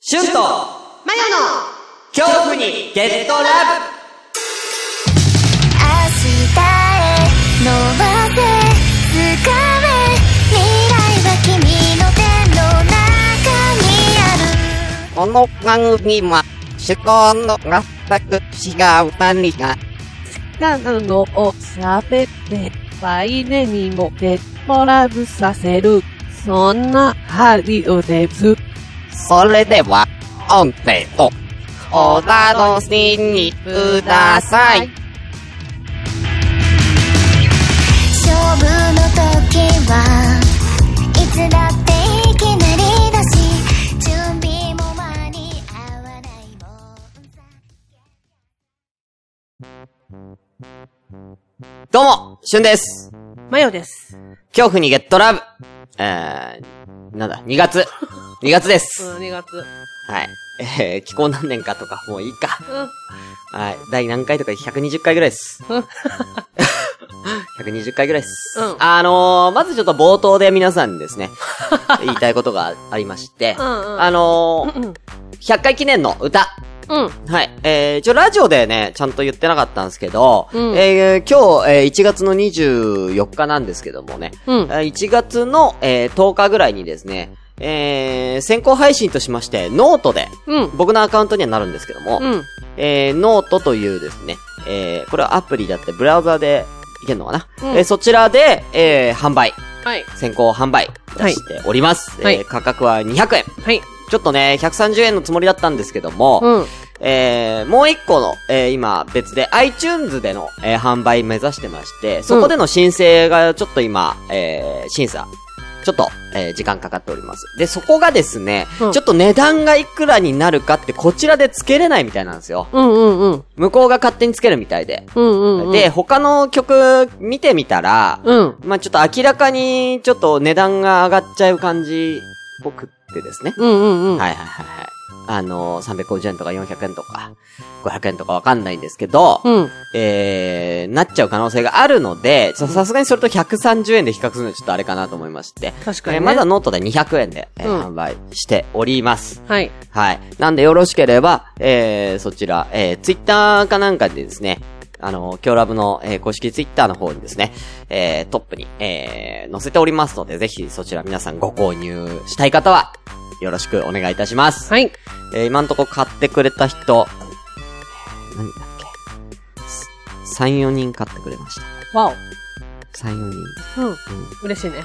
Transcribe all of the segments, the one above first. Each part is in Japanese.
シュンとマヨの恐怖にゲッ明日へトラブ伸ばせ掴め未来は君の手の中にあるこの番組は、趣向の全く違う何が、なのを喋って、ワイネにもデッドラブさせる。そんなハリオです。それでは、音程と、お楽しみください。勝負の時はいつだっていきなりだし準備も間に合わないもんさどうも、シュンです。マヨです。恐怖にゲットラブ。えー、なんだ、2月。2月です。 2月。はい。えー、気候何年かとか、もういいか。うん。はい。第何回とか120回ぐらいです。うん120回ぐらいです。うんあのー、まずちょっと冒頭で皆さんにですね、 言いたいことがありまして、うんうんあのうん。ー、100回記念の歌。うん。はい。えー、一応ラジオでね、ちゃんと言ってなかったんですけど、うんえー今日、えー1月の24日なんですけどもね、うん。 えー1月の、えー10日ぐらいにですね、えー、先行配信としまして、ノートで、うん。僕のアカウントにはなるんですけども、うん。えー、ノートというですね、えー、これはアプリだってブラウザでいけるのかな、うんえーそちらで、えー、販売、はい。先行販売をしております。はいえー価格は200円。はい。ちょっとね、130円のつもりだったんですけども、うん。えー、もう一個の、えー、今別で iTunes での、えー、販売目指してまして、そこでの申請がちょっと今、えー、審査、ちょっと、えー、時間かかっております。で、そこがですね、うんちょっと値段がいくらになるかってこちらで付けれないみたいなんですよ。うんうんうん。向こうが勝手につけるみたいで。うんうんうん。で、、他の曲見てみたら、うん。まあちょっと明らかにちょっと値段が上がっちゃう感じっぽくってですね。うんうんうん。はいはいはいはい。あのー、350円とか400円とか、500円とかわかんないんですけど、うん。えー、なっちゃう可能性があるので、ささすがにそれと130円で比較するのはちょっとあれかなと思いまして。確かえーに、ね。まだノートで200円で、えーう販ん売しております。はい。はい。なんでよろしければ、えー、そちら、えー、ツイッターかなんかでですね、あの、今日ラブの、えー公式ツイッターの方にですね、えー、トップに、えー、載せておりますので、ぜひそちら皆さんご購入したい方は、よろしくお願いいたします。はい。えー、今んとこ買ってくれた人、えー何だっけす ?3、4人買ってくれました。わ3、4人。お。うん。嬉しいね。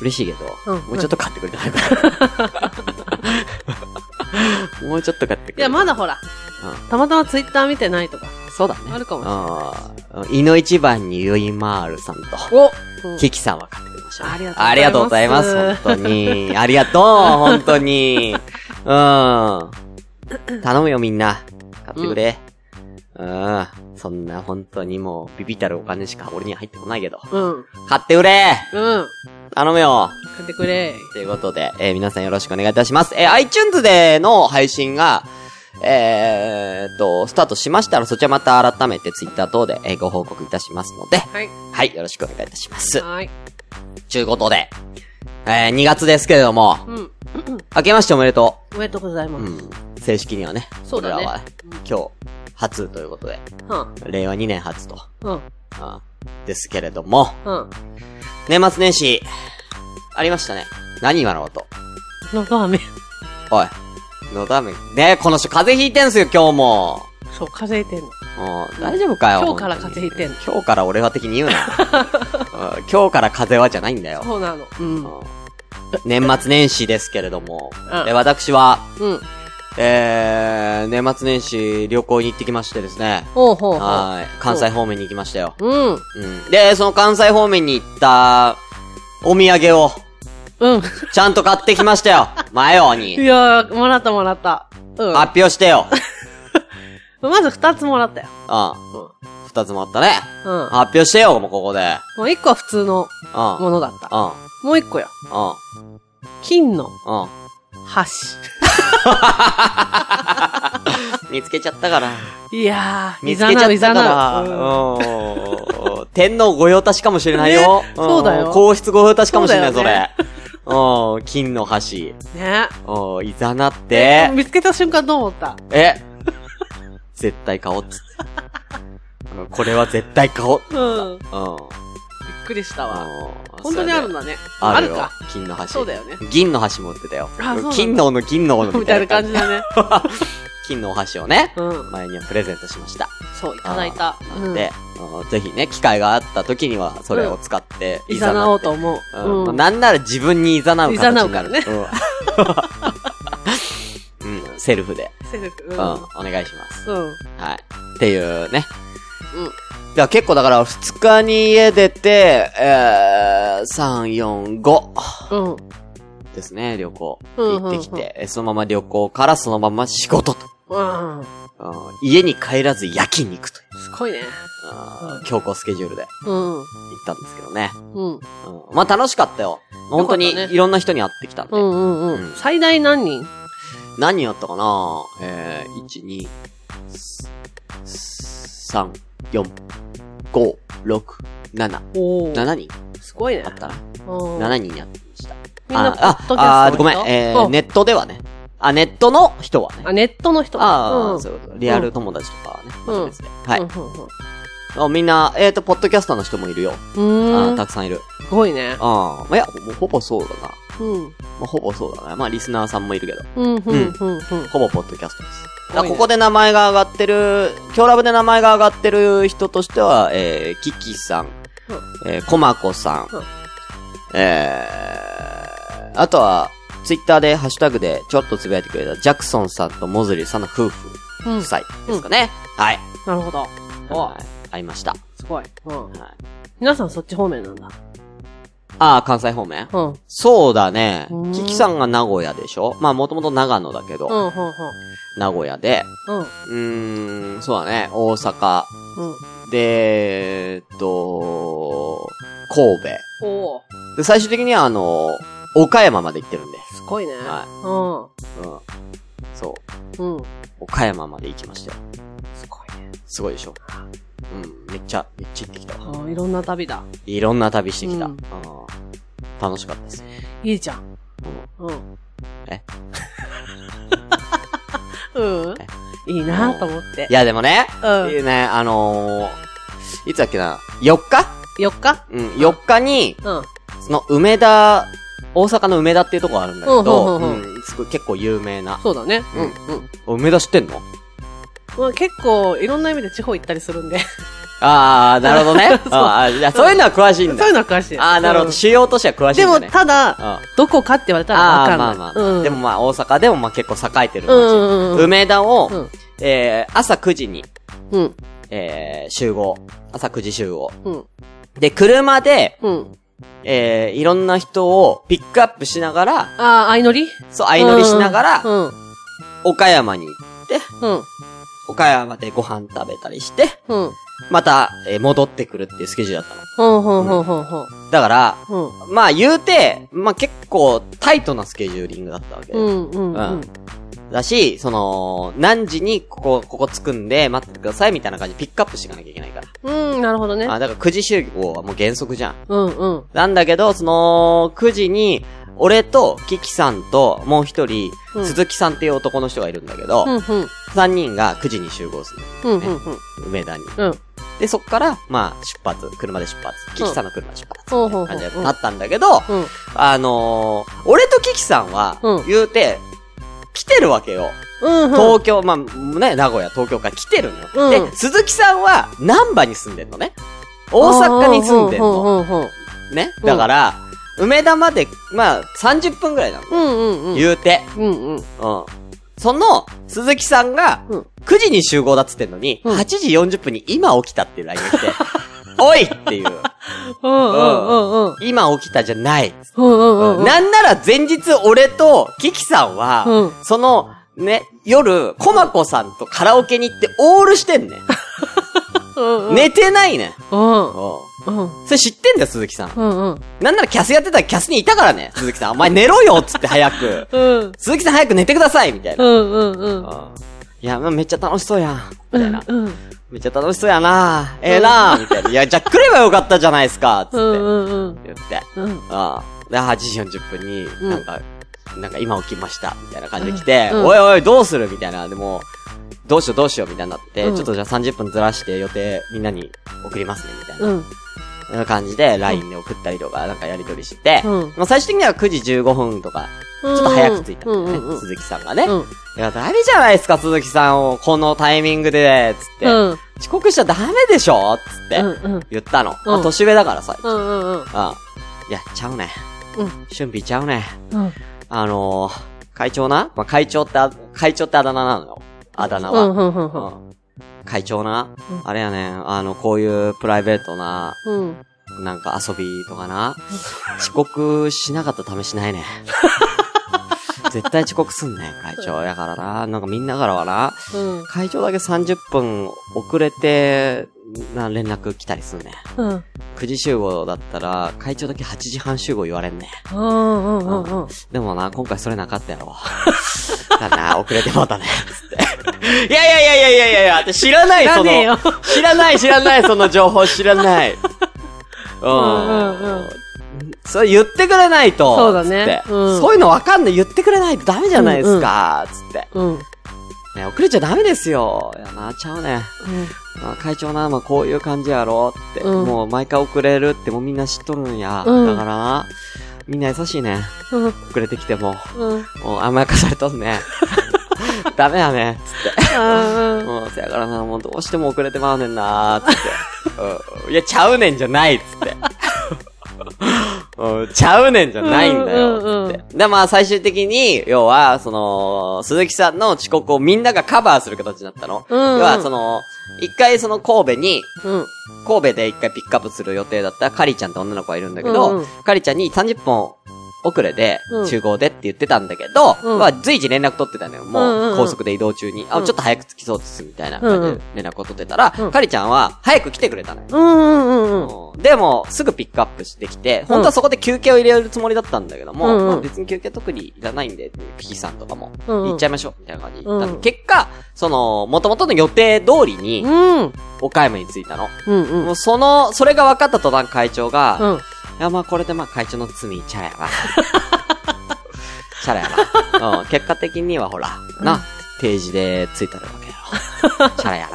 嬉しいけど、うんもうちょっと買ってくれてないか な。もうちょっと買ってくいれや、まだほら。うたまたまツイッター見てないとか。そうだね。あるかもしれあーいの一番にゆいまーるさんと、お、キキさんは買ってくれましたね。ありがとうございますありがとうございます。本当に。ありがとう、本当に。うん。頼むよ、みんな。買ってくれ。うん。そんな、本当にもう、ビビったるお金しか俺には入ってこないけど。うん。買ってくれうん。頼むよ買ってくれ。ということで、えー皆さんよろしくお願いいたします。えー iTunes での配信が、えーっと、スタートしましたら、そちらまた改めて Twitter 等で、えーご報告いたしますので、はい。はい、よろしくお願いいたします。はい。ちゅうことで、えー2月ですけれども、うん。明けましておめでと。おめでとうございうまうす。ん、正式にはね、そうだ僕ねらは今日、初ということで、うん。令和2年初と、うん。あですけれども、うん。年末年始、ありましたね。何今の音のど飴。おい。のだめ。ねえ、この人風邪ひいてんすよ、今日も。そう、風邪ひいてんの。もう大丈夫かよ。今日から本当風邪ひいてんの今日から俺は的に言うな。 うん今日から風邪はじゃないんだよ。そうなの。うん。うん。うん年末年始ですけれども。うんで私は、えー、年末年始旅行に行ってきましてですね。ほうほうほはい。関西方面に行きましたよ。う。うん。うん。で、その関西方面に行った、お土産を、うん。ちゃんと買ってきましたよ。前よに。 いやー、もらったもらった。うん。発表してよ。まず二つもらったよ。うん。二つもあったね。うん。発表してよ、もうここで。もう一個は普通のうん。うん。ものだった。うん。もう一個よ。うん。金のうん。箸。見つけちゃったから。いやー、見つけちゃっいたかざなら。う、うん。うん。天皇御用達かもしれないよ。ねそうだよん皇室御用達かもしれない、そそうだよれね。うん。うん、金の箸。ねうん、いざなって、見つけた瞬間どう思ったえ絶対買おうっつって。うんこれは絶対買おう。うん。びっうん。うんくりしたわ。本当にあるんだね。あるよか。。金の箸。そうだよね。銀の箸持ってたよあそうなん。だ金の斧、銀の斧 みたいな感じだね。金のお箸をね、うん。前にはプレゼントしました。そう、いただいた。うん、で、あのぜひね、機会があった時には、それを使って、いざなおうとう。思うんう。まあうん。なんなら自分にいざなう形になる。いざなうからねうん。 うん、セルフで、セルフ。ううんん、お願いします。うん。はい。っていうね。うん。じゃあ結構だから、二日に家出て、えー、三、四、五うん。ですね、旅行。うんうんう行んってきて、えそのまま旅行からそのまま仕事と。うん。うん、家に帰らず夜勤に行くという、すごいね。うん強行スケジュールで行うん。ったんですけどね。うん。うん、まあ楽しかったよ。本当によかったねいろんな人に会ってきたんで。うんうんううんん。最大何人何やったかなえー、1、2、3、4、5、6、7。おー。 7人すごいねあ。ったな。うん7人に会ってました。みんなポッドキャストの人あ、あーごめん。えー、うんネットではね。あ、ネットの人はね。あ、ネットの人ああ、うんそういうこと。リアル友達とかはね。また別ではい、うんうんうんあみんな、えっ、と、ポッドキャスターの人もいるよ。うあーーん。たくさんいる。すごいね。ああ、まあいや、ほほぼそうだな。うん。まあ、ほぼそうだな。まあ、リスナーさんもいるけど。うん、うん、うん、うん。ほぼポッドキャストです。だからすごいねここで名前が上がってる、今日ラブで名前が上がってる人としては、えー、キキさん、えー、コマコさんうん、えー、あとは、ツイッターでハッシュタグでちょっとつぶやいてくれたジャクソンさんとモズリーさんの夫婦うん夫妻ですかね。はい。なるほど。おはいありました。はすごい。うん。い、皆さんそっち方面なんだ。ああ、関西方面うん。うん、そうだねう。んキキさんが名古屋でしょまあもともと長野だけど、うん、うん。名古屋で、うん、うん。うーん、そうだね、大阪、で、えーっと、神戸。おー。で、最終的にはあの、岡山まで行ってるんで。すごいね。はうん。そう。うん。うん。岡山まで行きましたよ。すごいね。すごいでしょ。うん。めっちゃ、めっちゃ行ってきたわ。うんいろんな旅だ。いろんな旅してきた。ううんん、楽しかったです。いいじゃん。うん。え うん。いいなと思ってい。や、でもね、うんいいね、あのー、いつだっけな、4日4日うん、4日に、うん。その、梅田、大阪の梅田っていうとこがあるんだけど、うんうんうんうん、すごい結構有名な。そうだね。うんうん。梅田知ってんのまあ結構、いろんな意味で地方行ったりするんで。ああ、なるほど ね。ああ、じゃあそういうのは詳しいんそだういう。のは詳しい。ああ、なるほうど。ん主要としては詳しいでんだも、ね。ただ、あどこかって言われたらわあかー、んなまい。あまうあ。んでも、まあ、大阪でもまあ結構栄えてるうんうんうん街。梅田をうん、えー朝9時に、うん。えー集合。朝9時集合。うん。で、車で、うん。えーいろんな人をピックアップしながら、ああ、相乗りそう、相乗りしながらう、ん。岡山に行って、うん。岡山でご飯食べたりして、うん。また、えー戻ってくるっていうスケジュールだったの。ほんほんほんほんほん。だから、うん。まあ言うて、まあ結構タイトなスケジューリングだったわけうよんうんうん。だし、その、何時にここ、ここ着くんで待っててくださいみたいな感じでピックアップしていかなきゃいけないから。うん、なるほどね。あ、だから9時集合はもう原則じゃん。うんうん。なんだけど、その、9時に、俺と、キキさんと、もう一人、うん鈴木さんっていう男の人がいるんだけど、うんうん。 3人が9時に集合する。うんうんうん。梅田に。うん。で、そっから、まあ、出発。車で出発。キキさんの車で出発。ほうみたいなほうほ感うじだったんだけど、うん。あのー、俺とキキさんはう、ん言うて、来てるわけよ。うんうん。東京、まあ、ね、名古屋、東京から来てるのよ。うんで、鈴木さんは、難波に住んでんのね。大阪に住んでんうの。んうんうん。ね。だから、梅田まで、まあ、30分ぐらいなの。うんうんうん。言うて。うんううん。ん。その、鈴木さんが、うん9時に集合だっつってんのに、うん8時40分に今起きたっていう LINE が来 て、おいっていう。うんうんうんうん。今起きたじゃない。うんうんうん。なんなら前日俺とキキさんは、うんその、ね、夜、コマコさんとカラオケに行ってオールしてんね。うんうん。寝てないね。うんううんんそれ知ってんだよ、鈴木さん。うんうん。なんならキャスやってたらキャスにいたからね、鈴木さん。お前寝ろよっつって早 く。うん鈴木さん早く寝てくださいみたいな。うんうんうん。うんいや、まあめっちゃ楽しそうやん。みたいな。うんうんめっちゃ楽しそうやな。ええなみたいな。いや、じゃあ来ればよかったじゃないですか。つっうんうんて。言って。うん。ああ。で、8時40分に、うんなんか、なんか今起きました、みたいな感じで来て、うんうんおいおい、どうするみたいな、でも、どうしようどうしようみたいになって、うんちょっとじゃあ30分ずらして予定みんなに送りますね、みたいなうん。な感じで LINE で送ったりとか、なんかやり取りして、うんまあ最終的には9時15分とか、ちょちょっと早く着いたんだよね、うんうんうん。鈴木さんがね。うんいや、ダメじゃないですか、鈴木さんを、このタイミングで、つって、うん遅刻しちゃダメでしょつって、うんうん言ったの。まうあ、ん年上だからさ、うんうんうんうん。いや、ちゃうね。うん。俊備ちゃうね。うんあのー、会長な、まあ、会長ってあ、会長ってあだ名なのよ。あだ名うは。んうんうんうん会長な、うんあれやねん、あの、こういうプライベートな、うんうんなんか遊びとかな。遅刻しなかったためしない ね。絶対遅刻すんねん、会長。やからな。なんかみんなからはな、うん会長だけ30分遅れて、な、連絡来たりすんねん。うん9時集合だったら、会長だけ8時半集合言われんねん。うんうんうんうんでもな、今回それなかったやろ。 だな、遅れてもうたね。 つって。いやいやいやいやいやいやって知らない、知らそねえよの。知らない、知らない、その情報知らない。うんうんうんそれ言ってくれないと。そうだねつってうんそういうのわかんない。言ってくれないとダメじゃないですか。つって。うんね、遅れちゃダメですよ。いや、なっちゃうね。まあ、会長な、まあ、こういう感じやろって、うんもう毎回遅れるってもうみんな知っとるんや。うんだからな、みんな優しいね。うん遅れてきても、うんもう甘やかされとん ね。ダメやね。うんうんもう、せやからな、もうどうしても遅れてまうねんなーっつって。うんいや、ちゃうねんじゃないっつって。うんちゃうねんじゃないんだうんよ、うんつって。で、まあ、最終的に、要は、その、鈴木さんの遅刻をみんながカバーする形になったの。うんうん要は、その、一回その神戸に、うん神戸で一回ピックアップする予定だったカリちゃんって女の子がいるんだけど、うんうんカリちゃんに30分遅れでう、ん集合でって言ってたんだけど、うんまあ随時連絡取ってたのよ。うんうんもううん高速で移動中に。あ、うんちょっと早く着きそうですみたいな感じで連絡を取ってたら、うんカリちゃんは早く来てくれたのよ。うんうんうんでも、すぐピックアップしてきて、本当はそこで休憩を入れるつもりだったんだけども、うんうんまあ別に休憩特にいらないんで、ピキさんとかも、うんうん行っちゃいましょう、みたいな感じで、うん結果、その、元々の予定通りに、うん岡山に着いたの。うんうんもうその、それが分かった途端会長が、うんいやまあこれでまあ会長の罪、チャラやな。 チャラやな。うん、結果的にはほら、な、定時でついたるわ けやろ。チャラや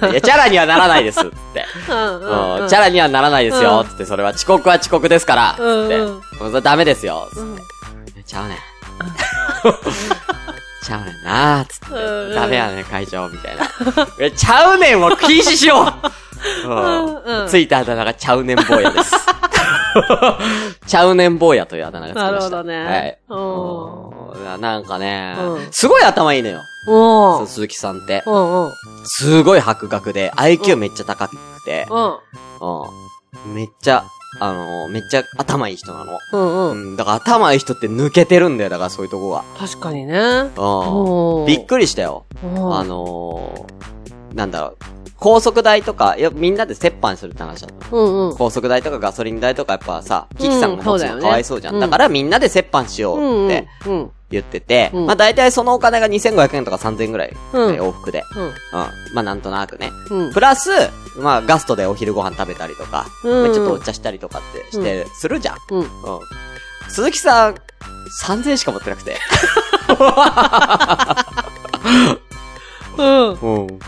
な。いや、チャラにはならないです、つって。うんうん、チャラにはならないですよ、つって、それは遅刻は遅刻ですから、つって。うんうんそれはダメですよ、つっうんて。ちゃうねん。 ちゃうねんな、つって。うんうんダメやねん、会長、みたいな。いやちゃうねん を禁止しよう、うんうんついたあだ名がちゃうねん坊や です。ちゃうねん坊やというあだ名がつきました。なるほどねはい。おうんなんかね、うんすごい頭いいのよ。おそうう鈴木さんって。おうすごい博学で、IQ めっちゃ高くて、おううん。めっちゃ、あのーめっちゃ頭いい人なの。うんううんん。だから頭いい人って抜けてるんだよ、だからそういうとこが。確かにねうん。おーびっくりしたよ。おあうのー、なんだろう、高速代とか、いや、みんなで折半するって話だった。うんうん高速代とかガソリン代とかやっぱさ、キキさんがそ持うつだよのねかわいそうじゃん。うんだからみんなで折半しようってうんうん言ってて、うんまあ大体そのお金が2500円とか3000円ぐらい、ねうん往復で。うん。まあなんとなくね。うんプラス、まあガストでお昼ご飯食べたりとか、うんまあちょっとお茶したりとかってして、するじゃん。うんうん。鈴木さん、3000円しか持ってなくて。うんうん。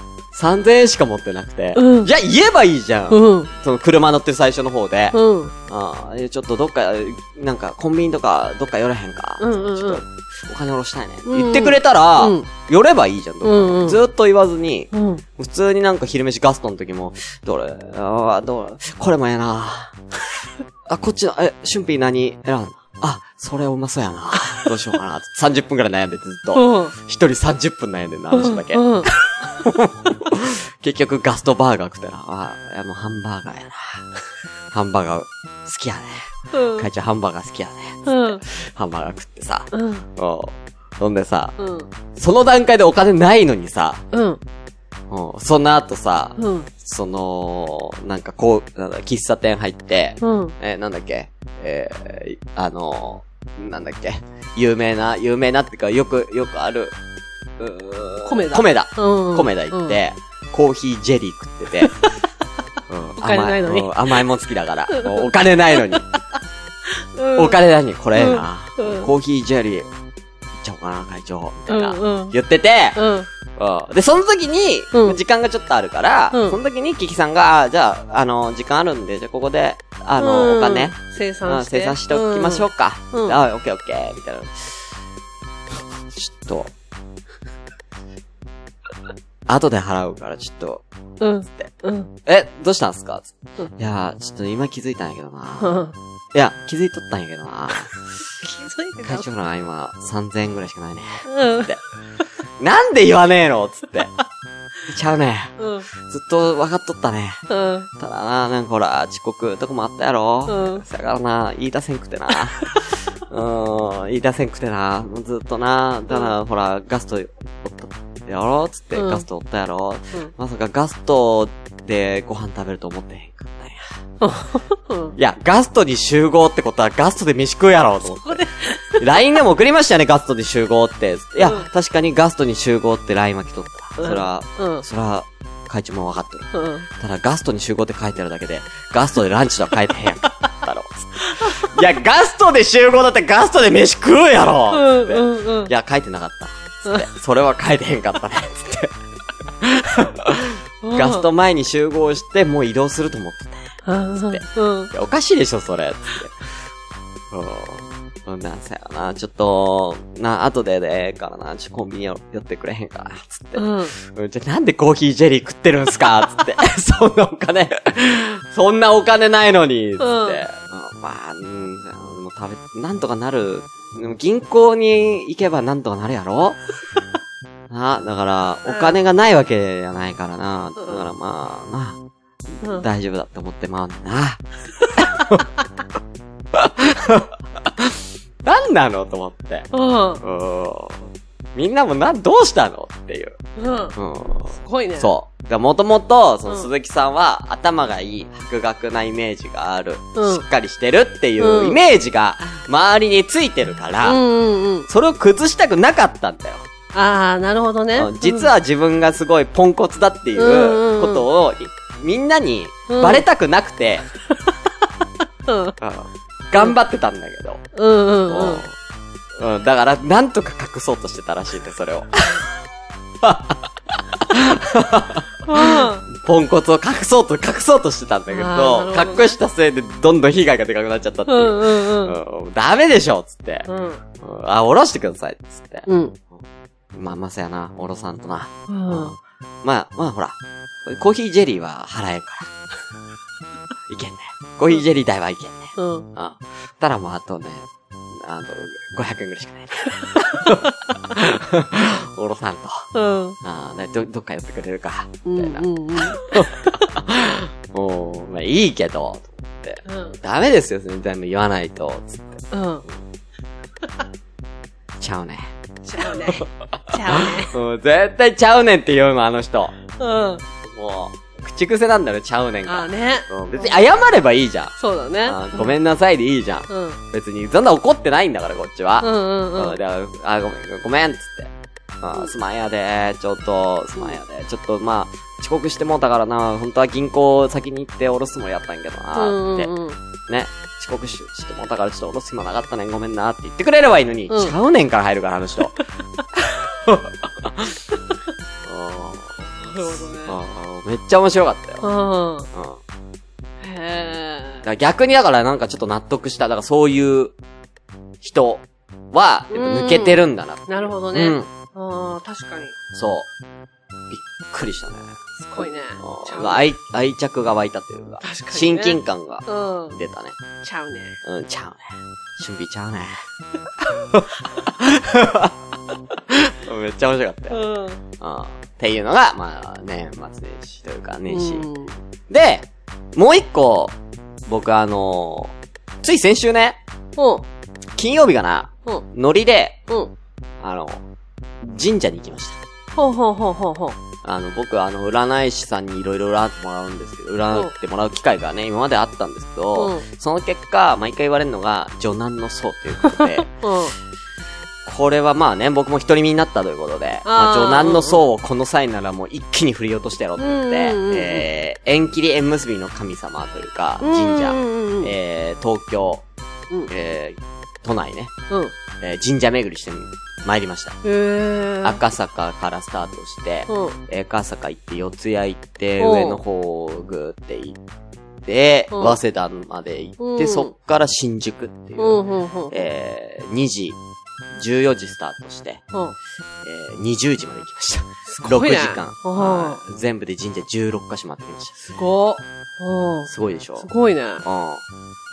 3000円しか持ってなくて。うんじゃあ言えばいいじゃん。うんその車乗ってる最初の方で。うんああ、えちょっとどっか、なんかコンビニとかどっか寄らへんか。うんうんうんちょっとお金下ろしたいね。ってうんうん言ってくれたら、うん寄ればいいじゃん、どっかうんうんずーっと言わずに、うん普通になんか昼飯ガストの時も、どれああ、どれこれもええな。あ、こっちの、え、俊平何選んだあ、それうまそうやな。どうしようかな。30分くらい悩んでてずっと。うん一人30分悩んでんの、あの人だけ。うん結局ガストバーガー食ったら、ああ、いやもうハンバーガーやな。ハンバーガー好きやね。うん会長ハンバーガー好きやね。うんハンバーガー食ってさ。うんうん。ほんでさ、うんその段階でお金ないのにさ、うんうん。その後さ、うんその、なんかこう、なんだ、喫茶店入って、うんえーなんだっけ、えーあのーなんだっけ、有名な、有名なってか、よく、よくある、うーん米田米田。うん米田行って、コーヒージェリー食って て、うん、金ないのに甘いうん甘いもん好きだから。もうお金ないのに。うんお金だに、これな、うんコーヒージェリー、いっちゃおうかな、会長。みたいな。うんうん言ってて、うん。うんで、その時に、うん時間がちょっとあるから、うんその時にキキさんが、あじゃあ、あの、時間あるんで、じゃあここで、あの、うんお金、生う産んして。生産しておきましょうか。うんあ、オッケーオッケー、みたいな。ちょっと、後で払うから、ちょっと、うん。うん。うん。え、どうしたんすか、うんいやー、ちょっと今気づいたんやけどうな。ん。いや、気づいとったんやけどな。気づいて会た長の今、3000円ぐらいしかないね。うん。なんで言わねえのつって。ちゃうね。うん。ずっと分かっとったね。うん。ただな、なんかほら、遅刻とかもあったやろ。うん。だからな、言い出せんくてな。うーん、言い出せんくてな。もうずっとな、ただからほら、ガストおったやろつって、うんガストおったやろ。うんまさかガストでご飯食べると思ってへんかったんや。うん。いや、ガストに集合ってことはガストで飯食うやろ、と思 って。LINE でも送りましたよね、ガストに集合って。いや、うん確かにガストに集合って LINE は来とった。うんそら、うん。そら、会長も分かってる。うん。ただガストに集合って書いてあるだけで、ガストでランチとは書いてへんやんか。だ ろ。いや、ガストで集合だってガストで飯食うやろうん。つってうん。うんい。や、書いてなかった。つって。それは書いてへんかったね。つって。ガスト前に集合して、もう移動すると思ってた。うん。うん。うん。いやおかしいでしょ、それ。つって。うん。なんさよな、ちょっと、な、後ででええからな、ちょ、コンビニ寄ってくれへんかな、つって。うん。うんじゃあなんでコーヒージェリー食ってるんす かつって。そんなお金、そんなお金ないのに、つって。うんうんまあ、うん、もう食べ、なんとかなる。でも銀行に行けばなんとかなるや ろな、だから、お金がないわけじゃないからな。だからまあ、な。うん大丈夫だって思ってまうんだ な。なんなのと思って。うん。うん。みんなもな、どうしたのっていう。うん。すうん。ごいね。そう。だからもともと、そのうん鈴木さんは、頭がいい、博学なイメージがある、うんしっかりしてるっていうんうイメージが、周りについてるかうら、んうんうん。それを崩したくなかったんだよ。ああ、なるほどねう。ん実は自分がすごいポンコツだっていんうんううんことを、いみんなにバレたくなくて、うん、うん頑張ってたんだけど。うんうんうん。うん。うん、だから、なんとか隠そうとしてたらしいんで、それを。うんポンコツを隠そうと、隠そうとしてたんだけあどーなるほどね隠したせいでどんどん被害がでかくなっちゃったってういう。んうんうん。うんダメでしょっつって、ううんんあ、おろしてくださいっつって。うん。まあ、まさやな、おろさんとな。うん。まあ、まあほら、コーヒージェリーは払えるから。 いけんね。コーヒージェリー代はいけんね。うん。うん。たらもうあとね、あの、500円ぐらいしかない ね。おろさんと。うん。ああ、ねど、どっか寄ってくれるか。うんみたいな。うんうん。おーまあいいけど、うん。ダメですよ、全然言わないと、つって。うん。ちゃうね。ちゃうね。ちゃうね。うん、絶対ちゃうねんって言うの、あの人。うん。もう、口癖なんだろ、ちゃうねんああが。ね。うん、別に謝ればいいじゃん。そうだね。あごめんなさいでいいじゃん。うん。別に、そんな怒ってないんだから、こっちうは。んうんうだん。から、あ、ごめん、ごめん、つって。あすまんやで、ちょっと、すまんやで、ちょっと、まあ、遅刻してもうたからな、本当は銀行先に行っておろすつもりやったんやけどな、って。うんうんうん。ね。遅刻ししてもうたからちょっとおろす暇なかったねん、ごめんな、って言ってくれればいいのに、うんちゃうねんから入るから、あの 人。なるほどね。あーめっちゃ面白かったよ。ううん。ん。だかへえ。ら逆にだからなんかちょっと納得した。だからそういう人は、やっぱ抜けてるんだな。なるほどうねん。。ああ、確かに。そう。びっくりしたね。すごいね。ちうんゃうね。愛、愛着が湧いたというか、確かにね親近感がうん。出たね。ちゃうね。うん、ちゃうね。準備ち ゃうね。めっちゃ面白かったよ。うん。うん。っていうのが、まあ、年末年始というか、年始。うんで、もう一個、僕あのつい先週ね、うん。金曜日かな、うん。ノリで、うん。あの、神社に行きましほうほうほうほうほう。た。あの、僕あの、占い師さんにいろいろ占ってもらうんですけど、占ってもらう機会がね、今まであったんですけど、うんその結果、毎回言われるのが、女難の層ということ で、うん。これはまあね、僕も独り身になったということで、まあ、あー女難の層をこの際ならもう一気に振り落としてやろうと思って、うんうんうんうんえー、縁切り縁結びの神様というか、神社、うんうんうんえー、東京、うんえー、都内ね、うん。へえー神社巡りして参りました。え。赤坂からスタートして、うん。えー赤坂行って、四ツ谷行って、おう上の方をぐーって行って、うん早稲田まで行って、うんそっから新宿っていう、うん、うん、うん。えー、2時、14時スタートして、うん。えー、20時まで行きました。ごい6ね時間。うんはい全部で神社16カ所回ってきました。すごっ。うん。すごいでしょすごいね。うん。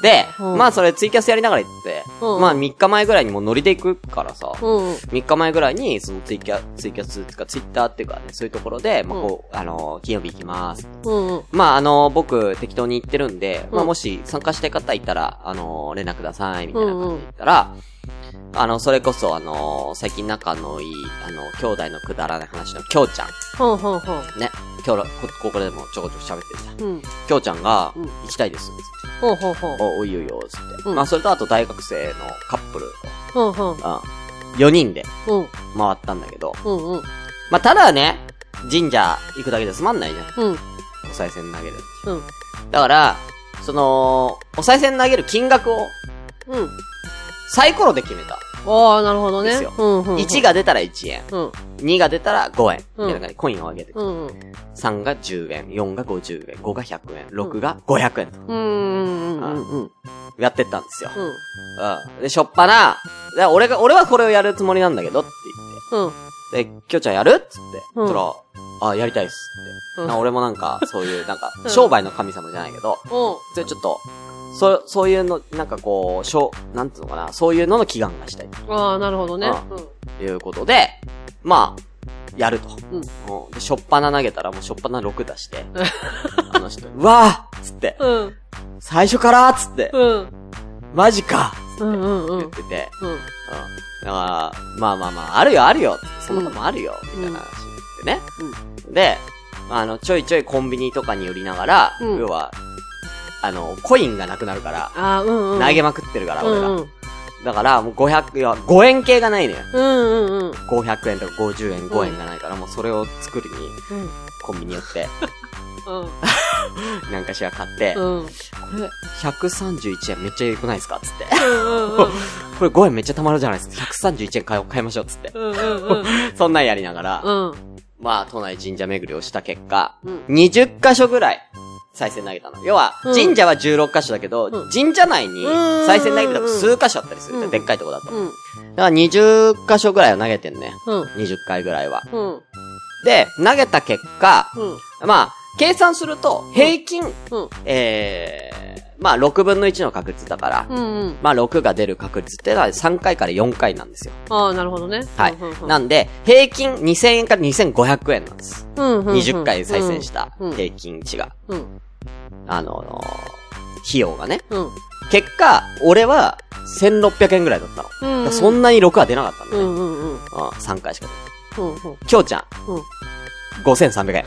で、うんまあそれツイキャスやりながら行って、うんまあ3日前ぐらいにもうノリで行くからさ、うん。 3日前ぐらいに、そのツイキャ、ツイキャスつかツイッターっていうかね、そういうところで、まあこう、あのー金曜日行きます。うん。まああのー僕適当に行ってるんで、まあうんもし参加したい方いたら、あのー連絡ください、みたいなうん感うじんで言ったら、あの、それこそあのー最近仲のいい、あの、兄弟のくだらない話のきょうちゃん。ほんほんほん。ね。きょうら、こ、ここでもちょこちょこ喋ってるじゃん。うん。きょうちゃんが、うん行きたいです。つってほんほんほん。お、おいいよいいよ、つって。うんまあ、それとあと大学生のカップル、ほんほん。うん。4人でうん。回ったんだけど。うんうん。まあ、ただね、神社行くだけじゃつまんないじゃん。うん。お賽銭投げる。うん。だから、その、お賽銭投げる金額をうん。サイコロで決めた。ああ、なるほどね。ですようんうんうん。 1。が出たら1円、うん。 2が出たら5円。みたういんな感じでコインを上げていく。うん。 3が10円、4が50円、5が100円、6が500円とうん。うん。うん。うん。やってったんですよ。うん。で、しょっぱな、で俺が、俺はこれをやるつもりなんだけどって言って。うん。で、きょちゃんやるっつって。うんそら、あ、やりたいっすって。うんな俺もなんか、そういう、なんか う、ん商売の神様じゃないけど、おう。それちょっと、そう、そういうの、なんかこう、しょう、なんていうのかな、そういうのの祈願がしたいああ、なるほどね。うんということで、まあ、やると。うんもうで、しょっぱな投げたら、もうしょっぱな6出 して、あの人、うわーっつって、うん。うん。最初からーっつって、うん。マジかうん。うん。うん。う言っん。てて、うん。だから、まあまあまあ、あるよあるよ、そんなこともあるよ、うんみたいな話でね。で、あの、ちょいちょいコンビニとかに寄りながら、うん要は、あの、コインがなくなるから、ああ、うん。うん。投げまくってるから、う俺んが。うん。だから、もう500、いや、5円系がないのよ。うん。うん。うん。 500円とか50円、5円がないから、もうそれを作りに、うん。コンビニ寄 って、うん。なんかしら買って、こうん。れ、131円めっちゃ良くないですかつって。うん。うん。これ5円めっちゃ貯まるじゃないですか。131円買おう買いましょう、つって。うん。うん。そんなんやりながら、うん。まあ、都内神社巡りをした結果、うん20箇所ぐらい、再生投げたの。要は、うん神社は16箇所だけど、うん神社内に、うん再生投げたとこ数箇所あったりする、うんでっかいとこだと。だかうん。ら20箇所ぐらいは投げてんね。うん。 20回ぐらいは。うん。で、投げた結果、うん。まあ、計算すると、平均、うん。えー、まあ、6分の1の確率だから、うん。うん。まあ、6が出る確率ってのは3回から4回なんですよ。ああ、なるほどね。はいうん。。なんで、平均2000円から2500円なんです。うん。うん。 20回再生したうん平均値が、うん。あの費用がね。うん。結果、俺は1600円ぐらいだったの。うだん。からそんなに6は出なかったんだうね。ん。うん。うん。うん、3回しか出ない。うん。うん。きょうちゃん、うん。 5300円。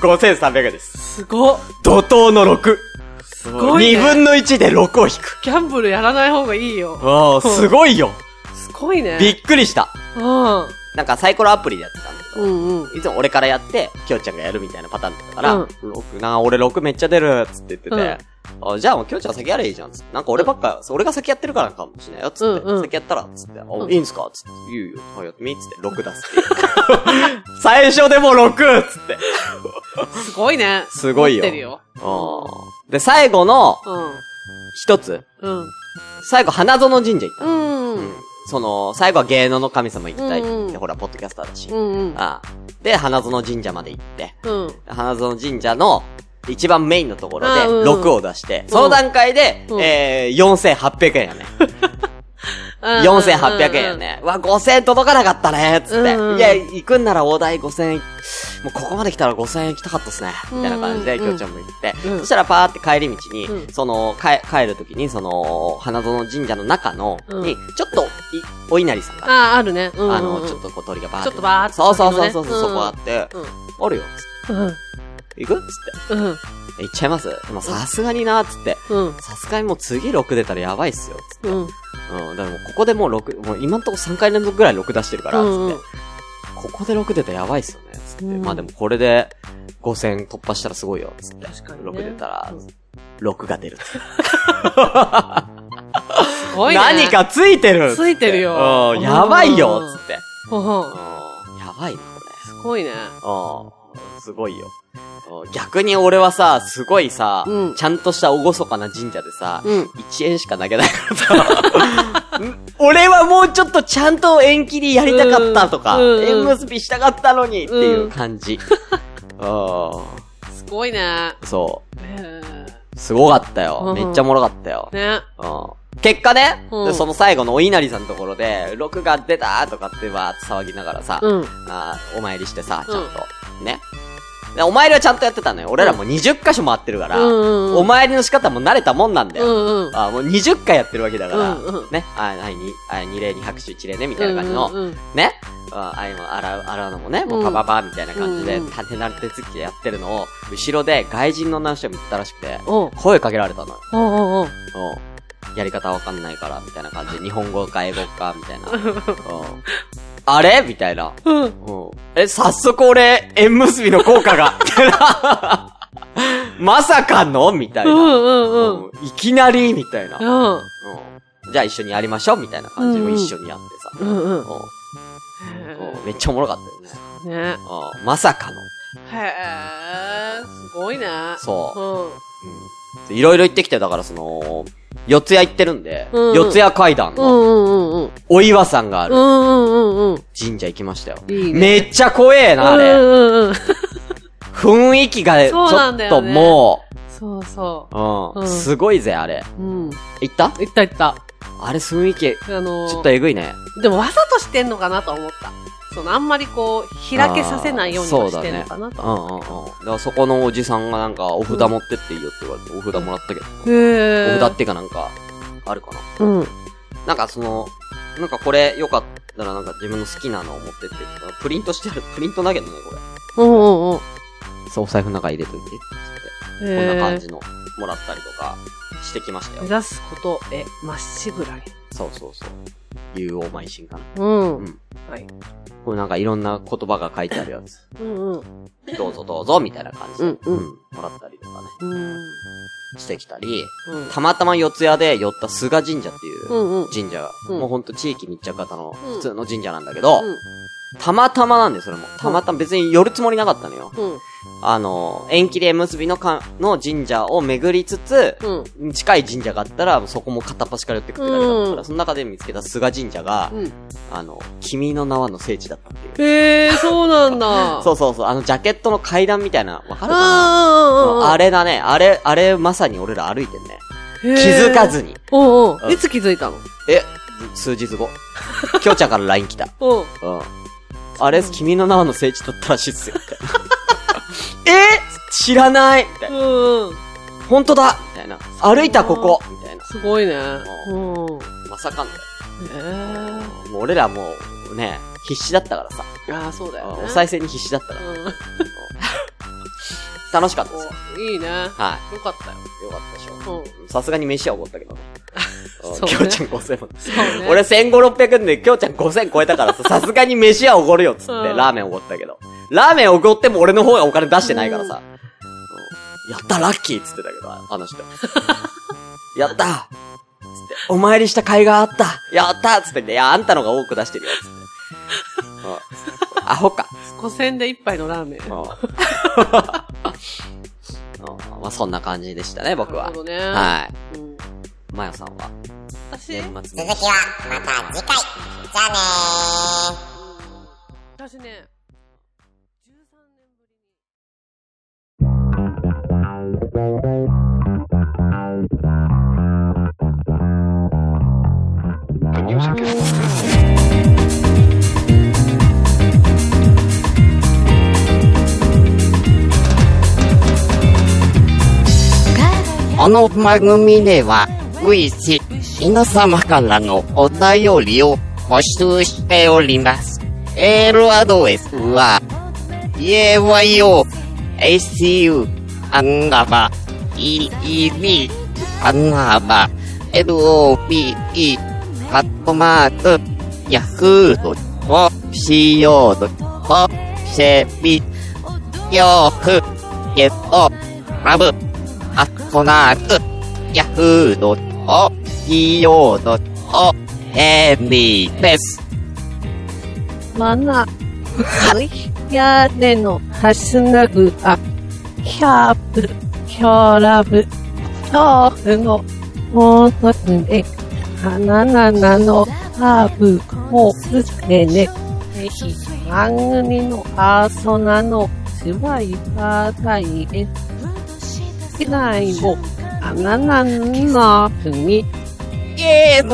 5300円です。すごっ。怒涛の6。すごいね2分の1で6を引く。ギャンブルやらない方がいいよ。ああ、すごいよ。すごいね。びっくりした。うん。なんかサイコロアプリでやってたんだけど。うんうん。いつも俺からやって、きょうちゃんがやるみたいなパターンだったから、うん6な、俺6めっちゃ出るっつって言ってて、あじゃあもうきょうちゃん先やれいいじゃんっつって。なんか俺ばっか、俺が先やってるからかもしれないよっつって、うんうん先やったらっつって、あ、うんいいんすかっつって、言うよ、はい、やってみっつって、6出すって いう。最初でも 6! っつって。すごいね。すごいよ持ってるよ。うんで、最後のうん。一つ、うん。最後花園神社行ったうの。ん。ううんん。その、最後は芸能の神様行きたいって、うんうんほら、ポッドキャスターだし。うん。ああで、花園神社まで行って、うん。花園神社の一番メインのところであうん6を出して、その段階で、うんえー、4800円やね。4800円や。ね。うわ、5000円届かなかったね、つって。うんうんいや、行くんなら大台5000円、もうここまで来たら5000円行きたかったっすね。みたいな感じで、うんきうんょうちゃんも行って。うんそしたらパーって帰り道に、うんその、か帰る時に、その、花園神社の中の、うんに、ちょっと、いお稲荷さんが、ああ、あるね。うん。あの、ちょっとこう鳥がバーって。ちょっとバーってそうそうそうそう、ねそううんそこあって、あるよ、つって。うん。行くつって。うん。行っちゃいますでもさすがにな、つって。うん。さすがにもう次6出たらやばいっすよ、つって。うん。うん。だからもうここでもう6、もう今んとこ3回連続ぐらい6出してるから、つって。うんうんこここで6出たらやばいっすよね。つって。うんまあでもこれで5000突破したらすごいよ。つって。確かにね6出たら、6が出る。すごいね。何。かついてるついてるようんやばいよつって。ほほん。うんやばいな、これ。すごいね。うん。すごいよ。うん逆に俺はさ、すごいさ、うんちゃんとした厳かな神社でさ、うん。 1円しか投げないからさ、 ん俺はもうちょっとちゃんと縁切りやりたかったとか、うんうん縁結びしたかったのにっていう感じ。 うすごいね。ん。そねう。すごかったよ。うんめっちゃおもろかったよ。ね。うん。結果ね、うんでその最後のお稲荷さんのところで、6が出たとかってわーって騒ぎながらさ、うん。あーお参りしてさ、ちうゃんんと。ね。でお参りはちゃんとやってたのよ。俺らもう20箇所回ってるから、うんうんうんお参りの仕方も慣れたもんなんだうよ。んうん。あーもう20回やってるわけだから、うんうんね。あー、はい、に、あー二礼に拍手一礼ね、みたいな感じの、うんうんうんね。あーあいも洗う、洗うのもね、もうパパパみたいな感じで、うんうん縦慣れ手つきでやってるのを、後ろで外人の男子が見てたらしくて、おう声かけられたのよ。おうおうおううんやり方わかんないから、みたいな感じで、日本語か英語か、みたいな。うんあれみたいな。うん。うんえ、早速俺、縁結びの効果が、みたいな まさかのみたいうんうな。んうん。うんいきなりみたいな、うんうん。じゃあ一緒にやりましょうみたいな感じうんもうん一緒にやってさ。うんうんうんうんめっちゃおもろかったよねね。うん。まさかの。へえ、すごいね。。そううんいろいろ行ってきて、だからその、四ツ谷行ってるんで、うん四ツ谷階段うん。うのんうんうんうん。お岩さんがあうるんうんうん神社行きましたよ。いいねめっちゃ怖えな、あうれ。んうんうん。雰囲気が、ちそうょなっんだとよねも、そうそう、ううんんすごいぜ、あれ。う。うん。行ったいったいった。あれ雰囲気、ちあのーょっとえぐいね。でもわざとしてんのかなと思った。そのあんまりこう、開けさせないようにはしてんのかなうと。んうんうん。だからそこのおじさんがなんか、お札持ってっていいよって言われて、お札もらったけど。へおえ。札っていうかなんか、あるかな。うん。なんかその、なんかこれよかったらなんか自分の好きなのを持ってって、プリントしてある、プリント投げるね、これ。うんうんうん。そう、お財布の中に入れといて。こんな感じの、もらったりとか、してきましたへーよ目。指すことへ、まっしぐらへ。そうそうそう。u o 邁進かな。うん。うんはい。これなんかいろんな言葉が書いてあるや つ。うんうん。どうぞどうぞ、みたいな感じで。うんうんもらったりとかね、うん。してきたり、うん。たまたま四谷で寄った菅神社っていううんうん。神社が、うんもうほんと地域密着型のうん普通の神社なんだけど、うんたまたまなんです、それも。たまたま別に寄るつもりなかったのよ。うん。あの、縁切り縁結びのかの神社を巡りつつ、うん。近い神社があったら、そこも片っ端から寄ってくるだけだったから、うんその中で見つけた菅神社が、うん。あの、君の名はの聖地だったっていう。へえ、そうなん だ。そうそうそう、あの、ジャケットの階段みたいな、わかるかなああ、あれだね、あれ、あれ、まさに俺ら歩いてんね。気気づか。ずに。おううおんう。いつ気づいたのえ、数日後。きょうちゃんから LINE 来た。うん。うん。あれ、君の名はの聖地だったらしいっすよ。みたいなえ知らないみたいな。うんうん。ほんとだみたいな。歩いたここみたいな。すごいね。んうん。まさかの。へもう俺らもう、ね、必死だったからさ。え。ああ、そうだようんおね。賽銭に必死だったから。楽しかったですよ。うん。いいね。よはかったよ。い。よかったでしょ。うん。さすがに飯はおごったけど ね。うんそうねきょうちゃん5000も。そうね。俺1500、600円できょうちゃん5000超えたから さ、さすがに飯はおごるよっつって、うんラーメンおごったけど。ラーメンおごっても俺の方がお金出してないからさ。うんやったラッキーっつってた けど、あの人。やったーつって、お参りした甲斐があったやったーっつって、いや、あんたのが多く出してるよっつって。うんアホか。 5000で一杯のラーメン。うん うんまあそんな感じでしたね、僕なはるほ。どね。。はいうん。い。まやさんは、私年末続にき。はまた次回。じゃあねー。私ね、13年ぶりに。この番組では、随時、皆様からのお便りを募集しております。メールアドレスは、ayo.hcu アンダーバー eeb アンダーバー lope カットマーク yahoo.co.jp と、せび、よく、ゲット、ラブ、アットナーツ、ヤフードと、企業ドと、エミです。マナ、屋根のハスナグア、キャープ、キョーラブ、豆腐の、もう一つね、カナナナのハーブ、もうすけね、ぜひ、番組のパーソナの、シワイパータイへ、機内を、カナナナふみ、イエーイ